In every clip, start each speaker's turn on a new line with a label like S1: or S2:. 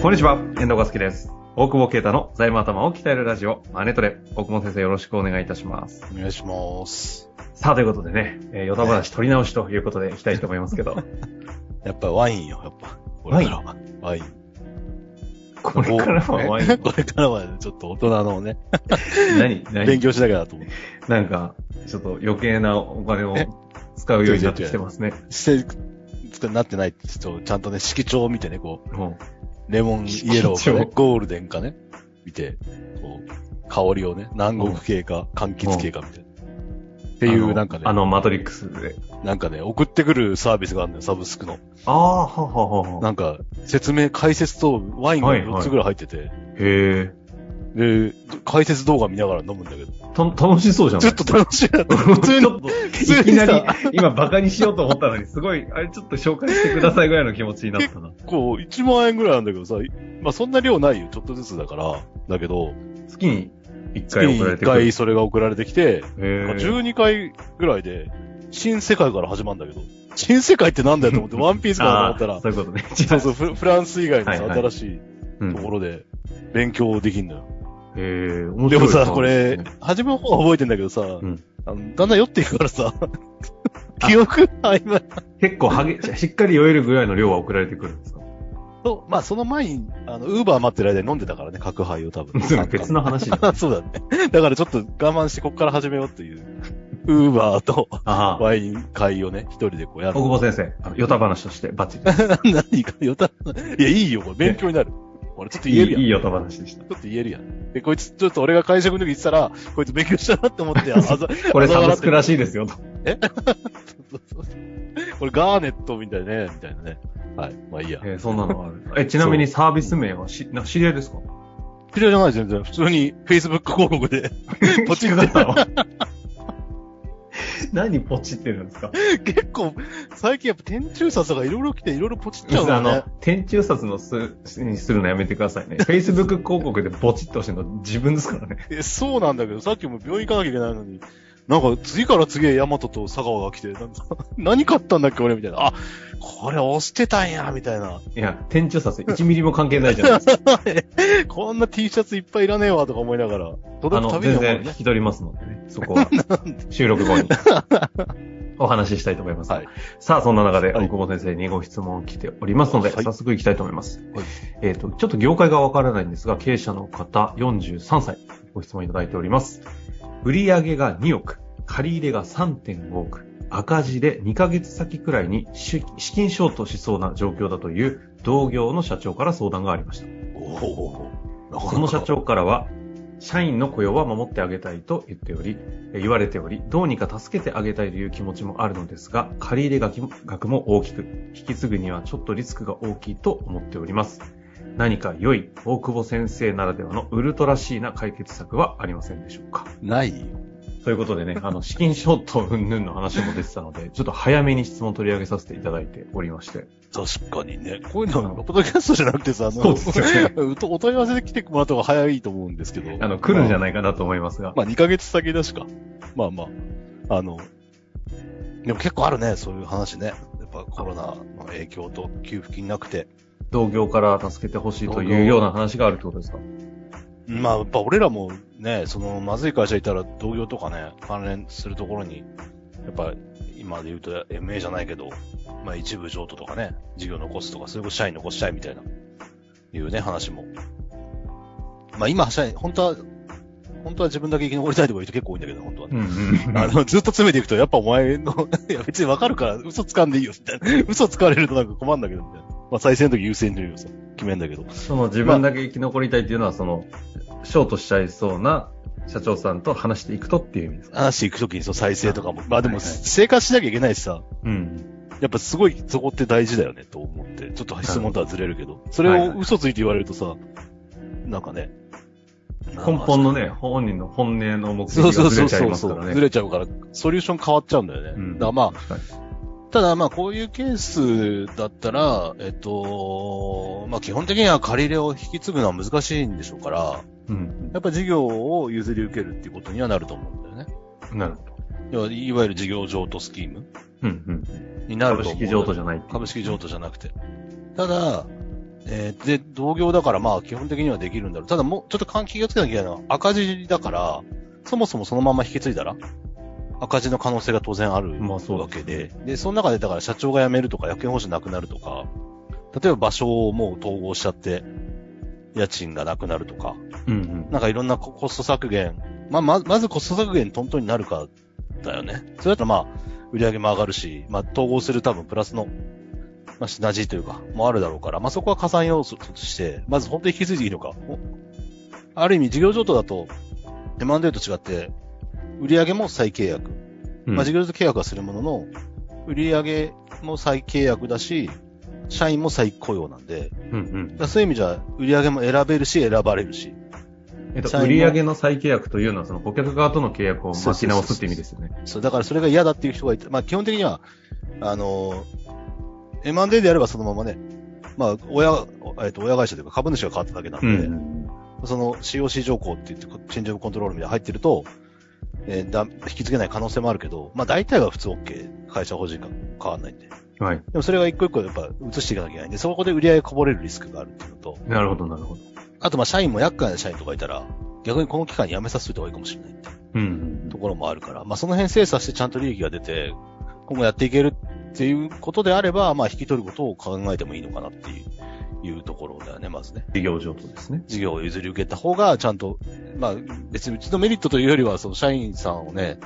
S1: こんにちは、遠藤和樹です。大久保啓太の財務頭を鍛えるラジオ、マネトレ。大久保先生よろしくお願いいたします。
S2: お願いします。
S1: さあ、ということでね、えー、ヨタ話取り直しということでいきたいと思いますけど、
S2: やっぱワインよ、やっぱ。こ
S1: ワイ
S2: れ
S1: ン
S2: からは。ワイン。
S1: これからはワイン、
S2: これからはちょっと大人のね、
S1: 何、
S2: 勉
S1: 何、
S2: 強しながらと思って。
S1: なんか、ちょっと余計なお金を使うようになってきてますね。
S2: して、つくなってないって人をちゃんとね、色調を見てね、こ
S1: も
S2: う、レモンイエローか、
S1: 色
S2: ね
S1: 調、
S2: ゴールデンかね、見て、こう、香りをね、南国系か、柑橘系かみたいな。
S1: う
S2: ってい
S1: あ
S2: う、
S1: の
S2: なんかね
S1: あ、の、マトリックスで。
S2: なんかね、送ってくるサービスがあるんだよ、サブスクの。
S1: ああ、はははは。
S2: なんか、説明、解説とワインが
S1: はいはい
S2: 4つぐらい入ってて、
S1: へえ。
S2: で、解説動画見ながら飲むんだけど、
S1: た、楽しそうじゃん。
S2: ちょっと楽しいなって、普通
S1: ち
S2: の
S1: ょっといきなり、今バカにしようと思ったのに、すごい、あれちょっと紹介してくださいぐらいの気持ちになったな。
S2: こう、1万円ぐらいなんだけどさ、まあそんな量ないよ、ちょっとずつだから、だけど、
S1: 月に1
S2: 月
S1: 回
S2: に
S1: 送られ
S2: 1
S1: てくる。
S2: 回それが送られてきて、
S1: へー
S2: 12回ぐらいで、新世界から始まるんだけど、新世界ってなんだよと思って、ワンピースか
S1: あ
S2: なと
S1: あ
S2: 思
S1: そういうことね。
S2: ったら、そうそう、フフランス以外の
S1: はい
S2: さ
S1: はい
S2: 新しい
S1: うん
S2: ところで勉強できんのよ。
S1: へえ、面白
S2: で
S1: い
S2: も
S1: な。
S2: さ、これ、初めの方は覚えてんだけどさ、
S1: ん
S2: あのだんだん酔っていくからさ、記憶曖昧
S1: 結構はげ、しっかり酔えるぐらいの量は送られてくるんですか
S2: そう、まあその前に、あの、ウーバー待ってる間に飲んでたからね、角杯を多分。
S1: それ別の話じゃ ん。あ
S2: そうだね。だからちょっと我慢してこっから始めようっていう、ウーバーと
S1: あ。
S2: ワイン会をね、一人でこうや
S1: 大
S2: る。
S1: 久保先生、あの、ヨタ話としてバッチリです。
S2: 何かよた、いや、いいよ、これ勉強になる。俺ちょっと
S1: い
S2: 言えるやん。
S1: いい
S2: ち
S1: ヨタ話でした。
S2: ょっと言えるやん。で、こいつ、ちょっと俺が会食の時言ってたら、こいつ勉強したなって思 って、あざ、
S1: これ
S2: あざ
S1: サ
S2: 笑
S1: ブ
S2: っ
S1: ス
S2: て
S1: クらしいですよ、 と。
S2: そうそうそうこれガーネットみたいね、みたいなね。はい。まあいいや。
S1: えーそんなのはある。え、ちなみにサービス名はし、な知り合いです か
S2: 知り合いじゃない、全然。普通に Facebook 広告で、 ポチってた
S1: 何ポチってるんですか
S2: 結構、最近やっぱ天中札とかいろいろ来ていろいろポチっちゃう
S1: あ
S2: の
S1: の
S2: ね。、
S1: 天中札のす、にするのやめてくださいね。Facebook 広告でポチっとしてるの自分ですからね。
S2: えそうなんだけど、さっきも病院行かなきゃいけないのに、なんか次から次へヤマトと佐川が来て、なんか 何買ったんだっけ俺みたいな。あ、これ押してたんや、みたいな。
S1: いや、天中札1ミリも関係ないじゃないですか。
S2: こんな T シャツいっぱいいらねえわ、とか思いながら。
S1: あ
S2: 届く
S1: の、
S2: たび
S1: 全
S2: に思う
S1: 然
S2: ね
S1: 引。き取りますのでね、そこ は。収録後に。お話ししたいと思います。
S2: はい
S1: さあ、そんな中で、
S2: はい
S1: 大久保先生にご質問を来ておりますので、
S2: はい
S1: 早速行きたいと思います。
S2: はい
S1: えっ、と、ちょっと業界がわからないんですが、経営者の方43歳、ご質問いただいております。売上が2億、借り入れが3.5億、赤字で2ヶ月先くらいに資資金ショートしそうな状況だという同業の社長から相談がありました。
S2: おお
S1: その社。長からは、社員の雇用は守ってあげたいと言っており、え言われており、どうにか助けてあげたいという気持ちもあるのですが、借り入れ額も額も大きく、引き継ぐにはちょっとリスクが大きいと思っております。何か良い大久保先生ならではのウルトラシーな解決策はありませんでしょうか
S2: ないよ。
S1: ということでね、あの、資金ショート云々の話も出てたので、ちょっと早めに質問を取り上げさせていただいておりまして。
S2: 確かにね。こういうのは、ポッドキャストじゃなくてさ、あの
S1: そうですよね。
S2: うと お問い合わせで来てもらった方が早いと思うんですけど。
S1: あの、来るんじゃ
S2: い
S1: ないかなと思いますが。
S2: まあ、2ヶ月先だしか。まあまあ、あの、でも結構あるね、そういう話ね。やっぱコロナの影響と給付金なくて。
S1: 同業から助けてほしいというような話があるってことですか
S2: まあ、やっぱ俺らもね、その、まずい会社いたら同業とかね、関連するところに、やっぱ、今で言うと MA じゃないけど、まあ一部譲渡とかね、事業残すとか、それこそ社員残したいみたいな、いうね、話も。まあ今、社員、本当は、本当は自分だけ生き残りたいとか言う人結構多いんだけど、本当はね。
S1: うん
S2: あの、ずっと詰めていくと、やっぱお前の 、いや、別にわかるから、嘘つかんでいいよ、みたいな。嘘つかれるとなんか困るんだけど、みたいな。まあ、再生の時優先順位をさ、決めんだけど。
S1: その自分だけ生き残りたいっていうのは、その、ショートしちゃいそうな社長さんと話していくとっていう意味ですか
S2: 話していく時に、そう、再生とかも。まあでも、
S1: はいはい
S2: 生活しなきゃいけないしさ、
S1: うん。
S2: やっぱすごい、そこって大事だよね、と思って。ちょっと質問とはずれるけど。そ
S1: はい
S2: れ
S1: は
S2: を
S1: い
S2: 嘘ついて言われるとさ、なんかね。
S1: 根本の
S2: ね、
S1: ね、本人の本音の目的
S2: そうそ
S1: が
S2: う
S1: ず
S2: そ
S1: れ
S2: う
S1: ちゃい
S2: そう
S1: ます
S2: そ
S1: から
S2: う。
S1: ね。
S2: ずれちゃうから、ソリューション変わっちゃうんだよね。
S1: うん
S2: だからまあ、
S1: 確かに
S2: ただまあこういうケースだったら、えっと、まあ基本的には借り入れを引き継ぐのは難しいんでしょうから、
S1: うん。
S2: やっぱ事業を譲り受けるっていうことにはなると思うんだよね。
S1: なるほど。
S2: 要はいわゆる事業譲渡スキーム
S1: うんうん。
S2: になる
S1: 株
S2: と思う。
S1: 式譲渡
S2: じ
S1: じゃないって
S2: ゃ株式譲渡じゃなくて。ただ、えーで、同業だからまあ基本的にはできるんだろう。ただもうちょっと換気気をつけなきゃいけないのは赤字だから、そもそもそのまま引き継いだら赤字の可能性が当然ある
S1: まあそう
S2: わけで、で、その中でだから社長が辞めるとか役員報酬なくなるとか、例えば場所をもう統合しちゃって家賃がなくなるとか、
S1: うん
S2: なんかいろんなココスト削減。まあ、ま、まずコスト削減トントンになるかだよね。それだとまあ、売り上げも上がるし、まあ、統合する多分プラスの、まあ、シナジーというか、もあるだろうから、まあ、そこは加算要素として、まず本当に引き継いでいいのか。おある意味、事業譲渡だと、M&A と違って、売り上げも再契約。
S1: うん。
S2: まあ、事業譲渡契約はするものの、売り上げも再契約だし、社員も再雇用なんで、
S1: うんうん
S2: だからそういう意味じゃ、売り上げも選べるし、選ばれるし。
S1: えっと、
S2: 社員も
S1: 売上の再契約というのは、その顧客側との契約を巻き直すって意味ですよね。
S2: そう、だからそれが嫌だっていう人がいて、まあ基本的には、あのー、M&A であればそのままね、まあ、親、えっと、親会社というか株主が変わっただけなんで、
S1: うん。
S2: その COC 条項って言って、チェンジオブコントロールみたいなの入ってると、えーだ、引き継げない可能性もあるけど、まあ大体は普通 OK。会社法人が変わんないんで。で
S1: はい。
S2: もそれが一個一個やっぱ移していかなきゃいけないんで、そこで売り上げこぼれるリスクがあるっていうのと、
S1: なるほど、なるほど。
S2: あとまあ社員も厄介な社員とかいたら、逆にこの期間に辞めさせといた方がいいかもしれないっていう
S1: うん
S2: と。ころもあるから、まあ、その辺精査してちゃんと利益が出て、今後やっていけるっていうことであれば、まあ、引き取ることを考えてもいいのかなっていう、いうところだよね、まずね。
S1: 事業譲渡ですね。
S2: 事業を譲り受けた方が、ちゃんと、まあ、別にうちのメリットというよりは、その社員さんをね、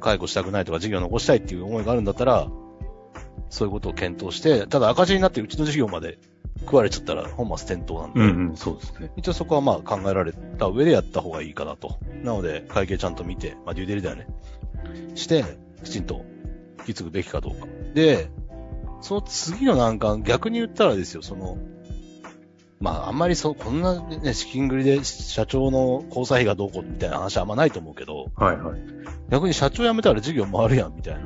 S2: 解雇したくないとか、事業を残したいっていう思いがあるんだったら、そういうことを検討して、ただ赤字になってうちの事業まで食われちゃったら本末転倒なんで、
S1: うんうん、そうですね。
S2: 一応そこはまあ考えられた上でやった方がいいかなと。なので、会計ちゃんと見て、まあ、デューデリだよね。して、きちんと引き継ぐべきかどうか。で、その次の難関、逆に言ったらですよ、その、まあ、あんまりそ、こんなね、資金繰りで社長の交際費がどうこうみたいな話はあんまないと思うけど、
S1: はいはい。
S2: 逆に社長辞めたら事業回るやん、みたいな。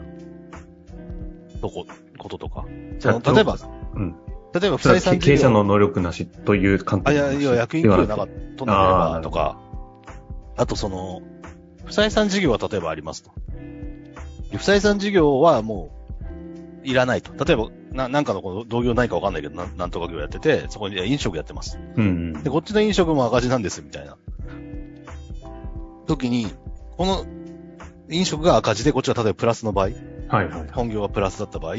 S2: とこ、こととか。その
S1: 社長
S2: 例えば、
S1: うん。
S2: 例えば、
S1: それは
S2: さん
S1: 経営者の能力なしという観
S2: あ、
S1: 点
S2: い
S1: で
S2: や、いや、役員給与なか
S1: っ
S2: ったとなればとか、あとその、不採算事業は例えばありますと。で不採算事業はもう、いらないと。例えば、な、なんかのこの同業ないかわかんないけど、なんなんとか業やってて、そこにいや飲食やってます。
S1: た。うんうん
S2: で、。こっちの飲食も赤字なんです、みたいな。時に、この、飲食が赤字で、こっちが例えばプラスの場合、
S1: はいはい。
S2: 本業がプラスだった場合、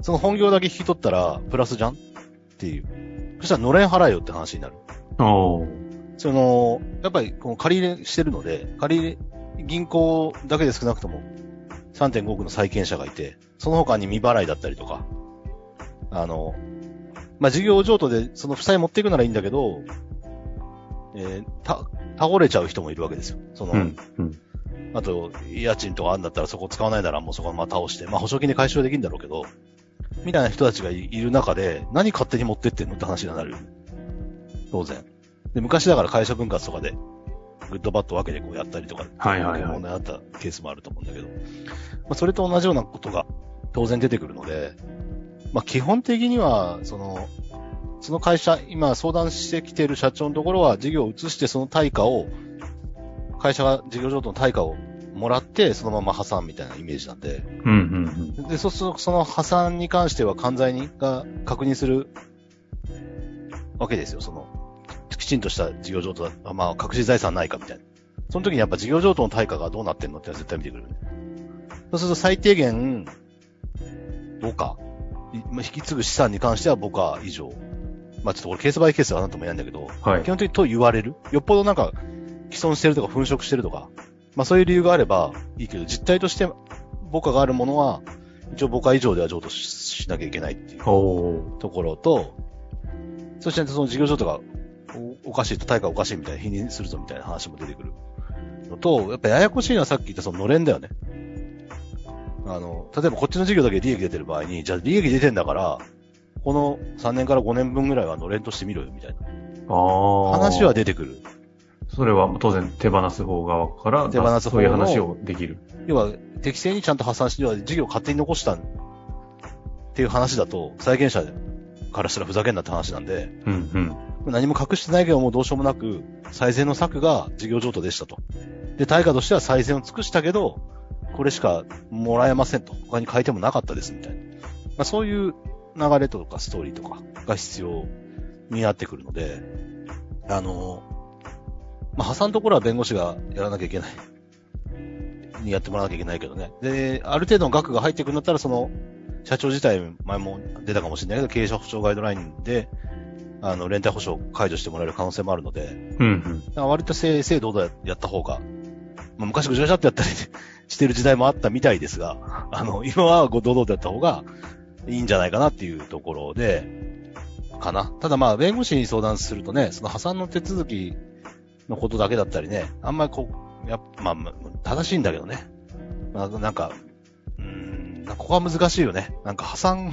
S2: その本業だけ引き取ったら、プラスじゃんっていう。そしたら、のれん払えよって話になる。
S1: お
S2: その、やっぱりこの借り入れしてるので、借り入れ、銀行だけで少なくとも3.5億の債権者がいて、その他に未払いだったりとか、あの、まあ、事業譲渡でその負債持っていくならいいんだけど、えーた、倒れちゃう人もいるわけですよ。その、
S1: うん。うん。
S2: あと、家賃とかあんだったらそこ使わないならもうそこはまあ倒して、まあ保証金で回収はできるんだろうけど、みたいな人たちがいいる中で、何勝手に持ってってんのって話になるよね。当然。で、昔だから会社分割とかで、グッドバッド分けでこうやったりとか、
S1: はいはいはい
S2: 問題あったケースもあると思うんだけど、まあそれと同じようなことが当然出てくるので、まあ基本的には、その、その会社、今相談してきている社長のところは事業を移してその対価を、会社が事業譲渡の対価をもらって、そのまま破産みたいなイメージなんで。
S1: うんうん
S2: で、そうすると、その破産に関しては犯罪にが確認するわけですよ。その、きちんとした事業譲渡だ、まあ、隠し財産ないかみたいな。その時にやっぱ事業譲渡の対価がどうなってんのってのは絶対見てくるよね。そうすると最低限、5か。いまあ引き継ぐ資産に関しては5か以上。まあちょっとこれケースバイケースはなんとも言えないんだけど、
S1: うん。はい
S2: 基。本的にと言われる。よっぽどなんか、既存してるとか粉飾してるとか、まあそういう理由があればいいけど、実態として母価があるものは、一応母価以上では譲渡ししなきゃいけないっていう
S1: おー
S2: ところと、そしてその事業譲渡がおおかしいと、対価おかしいみたいな、否認するぞみたいな話も出てくるのと、やっぱややこしいのはさっき言ったそののれんだよね。あの、例えばこっちの事業だけ利益出てる場合に、じゃあ利益出てんだから、この3年から5年分ぐらいはのれんとしてみろよみたいな
S1: ああ。
S2: 話は出てくる。
S1: それは当然手放す方側から、
S2: 手放す方の
S1: そういう話をできる。
S2: 要は、適正にちゃんと破産して、要は事業を勝手に残したっていう話だと、債権者からしたらふざけんなって話なんで、
S1: うんうん。
S2: 何も隠してないけどもうどうしようもなく、最善の策が事業譲渡でしたと。で、対価としては最善を尽くしたけど、これしかもらえませんと。他に変えてもなかったですみたいな。まあそういう流れとかストーリーとかが必要になってくるので、あの、まあ、破産のところは弁護士がやらなきゃいけない。にやってもらわなきゃいけないけどね。で、ある程度の額が入ってくるんだったら、その、社長自体、前も出たかもしれないけど、経営者保障ガイドラインで、あの、連帯保証を解除してもらえる可能性もあるので、
S1: うん
S2: だから割と正正々堂々やった方が、まあ、昔ぐちゃぐちゃってやったり してる時代もあったみたいですが、あの、今はご堂々とやった方がいいんじゃないかなっていうところで、かな。ただまあ、弁護士に相談するとね、その破産の手続きのことだけだったりね、あんまりこう、やっぱまあまあ、正しいんだけどね。まあ、なんか、うーん、なんかここは難しいよね。なんか破産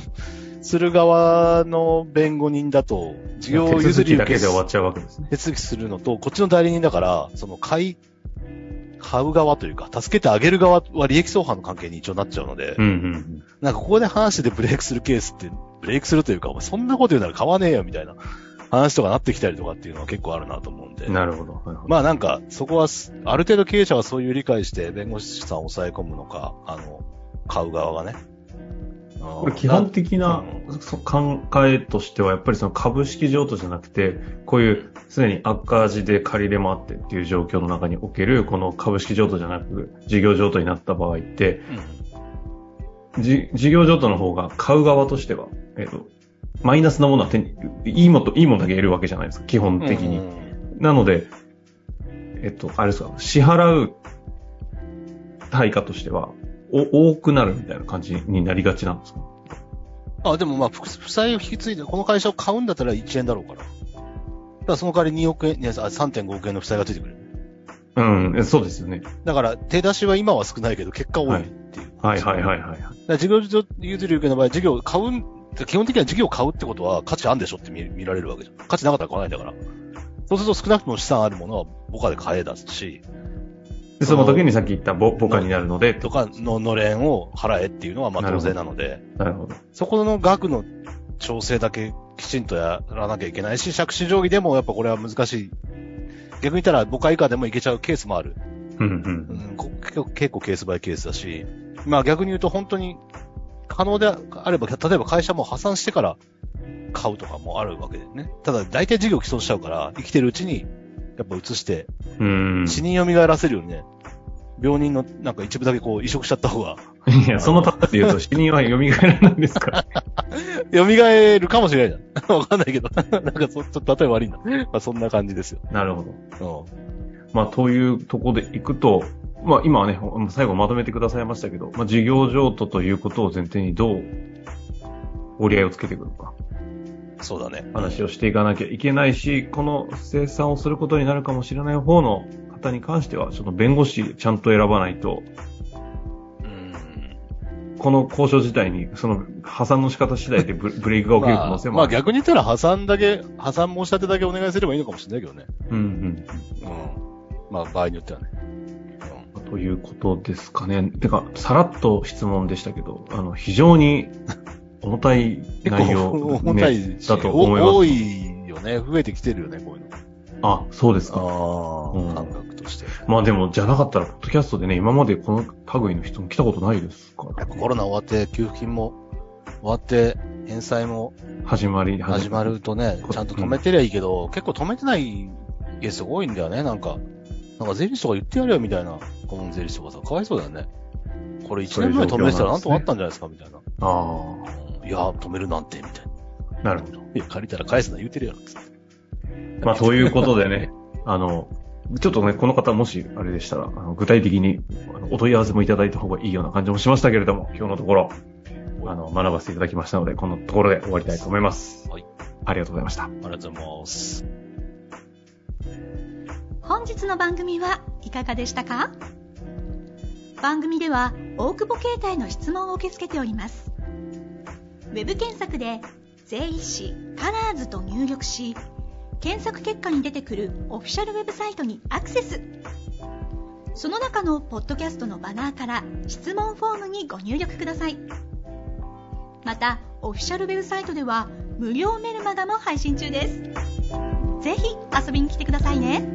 S2: する側の弁護人だと、事業
S1: 手
S2: 譲
S1: 続
S2: り
S1: き
S2: 受
S1: だけ
S2: け
S1: で終わっちゃうわけですね。
S2: 手続きするのと、こっちの代理人だから、その買い、買う側というか、助けてあげる側は利益相反の関係に一応なっちゃうので、
S1: うんうん
S2: なんかここで話でブレイクするケースって、ブレイクするというか、お前そんなこと言うなら買わねえよみたいな話とかなってきたりとかっていうのは結構あるなと思うんで
S1: うん。。なるほど。はいはい
S2: まあなんか、そこはす、ある程度経営者はそういう理解して弁護士さんを抑え込むのか、あの、買う側がね。こ
S1: これ基本的な
S2: う
S1: そ考えとしては、やっぱりその株式譲渡じゃなくて、こういうすでに赤字で借り入れもあってっていう状況の中における、この株式譲渡じゃなく事業譲渡になった場合って、じ事業譲渡の方が買う側としては、えっと、マイナスなものは手に、いいものと、いいものだけ得るわけじゃないですか、基本的に。なので、えっと、あれですか、支払う対価としては、お多くなるみたいな感じになりがちなんですか
S2: あ、でもまあ、負負債を引き継いで、この会社を買うんだったら1円だろうから。だからその代わり2億円、いやあ3.5億円の負債がついてくる。
S1: うん、えそうですよね。
S2: だから、手出しは今は少ないけど、結果多いっていう。
S1: はいはいはいはい。
S2: だから事業譲り受けの場合、事業を買うん、基本的には事業を買うってことは価値あるんでしょって見見られるわけじゃん。価値なかったら買わないんだから。そうすると少なくとも資産あるものは母価で買えだし、
S1: で、その時にさっき言ったボボカになるので、
S2: と
S1: と。
S2: かののれんを払えっていうのはまあ
S1: なる
S2: 当
S1: ほど
S2: 然なので。
S1: なるほど。
S2: そこの額の調整だけきちんとやらなきゃいけないし、借子定規でもやっぱこれは難しい。逆に言ったら5回以下でもいけちゃうケースもある。
S1: うんう。
S2: うんん、こ結構結構ケースバイケースだし、まあ逆に言うと本当に可能であれば、例えば会社も破産してから買うとかもあるわけでね。ただ大体事業毀損しちゃうから、生きてるうちにやっぱ移して
S1: うん。
S2: 死人蘇らせるようにね、病人のなんか一部だけこう移植しちゃった方が
S1: いや、その例で言うと、死人は蘇ら ないんですか
S2: 蘇るかもしれないじ ゃん。わかんないけど。なんかそ、ちょっと例え悪いな。まあそんな感じですよ。
S1: なるほど。
S2: う
S1: まあ、というところでいくと、まあ、今はね、ほ最後まとめてくださいましたけど、まあ、事業譲渡ということを前提にどう折り合いをつけていくのか、
S2: ん。そうだね。
S1: 話をしていかなきゃいけないし、この生産をすることになるかもしれない方の方に関しては、ちょっと弁護士ちゃんと選ばないと、
S2: うん。
S1: この交渉自体に、その破産の仕方次第でブ ブレーキが起きる可
S2: ま
S1: 能性
S2: あ、
S1: も
S2: ま
S1: あ
S2: あ
S1: る。
S2: 逆に言ったら破産だけ、破産申し立てだけお願いすればいいのかもしれないけどね。
S1: うん
S2: うん。まあ場合によってはね。
S1: うん。ということですかね。てか、さらっと質問でしたけど、あの、非常 に重たい
S2: 結構
S1: 内容、
S2: 重たいし、
S1: だと思います
S2: お多いよね。増えてきてるよね、こういう
S1: あ、そうですか。
S2: の。
S1: うん
S2: 感覚として。
S1: まあでも、じゃなかったら、ポッドキャストでね、今までこの類の人も来たことないですか
S2: や
S1: ら、
S2: っぱコロナ終わって、給付金も終わって、返済も
S1: 始まり、
S2: 始ま。る とね
S1: こ、
S2: ちゃんと止めてりゃいいけど、結構止めてないケースが多いんだよね、なんか。なんか税理士とか言ってやれよみたいな、顧問税理士とかさ、かわいそうだよね。これ1年前止めてたらなんとかあったんじゃないですか、みたいな。
S1: あ
S2: うんいや、止めるなんて、みたいな。
S1: あ、なるほど。
S2: いや、借りたら返すな言うてるやろ、つって。
S1: まあ、ということ でね、 あの、ちょっとね、この方もしあれでしたら、あの具体的にあのお問い合わせもいただいた方がいいような感じもしましたけれども、今日のところ、あの、学ばせていただきましたので、このところで終わりたいと思います。
S2: はい。
S1: ありがとうございました。
S2: ありがとうございます。
S3: 本日の番組はいかがでしたか番組では大久保携帯の質問を受け付けておりますウェブ検索で「税理士カラーズと入力し検索結果に出てくるオフィシャルウェブサイトにアクセスその中のポッドキャストのバナーから質問フォームにご入力くださいまたオフィシャルウェブサイトでは無料メルマガも配信中ですぜひ遊びに来てくださいね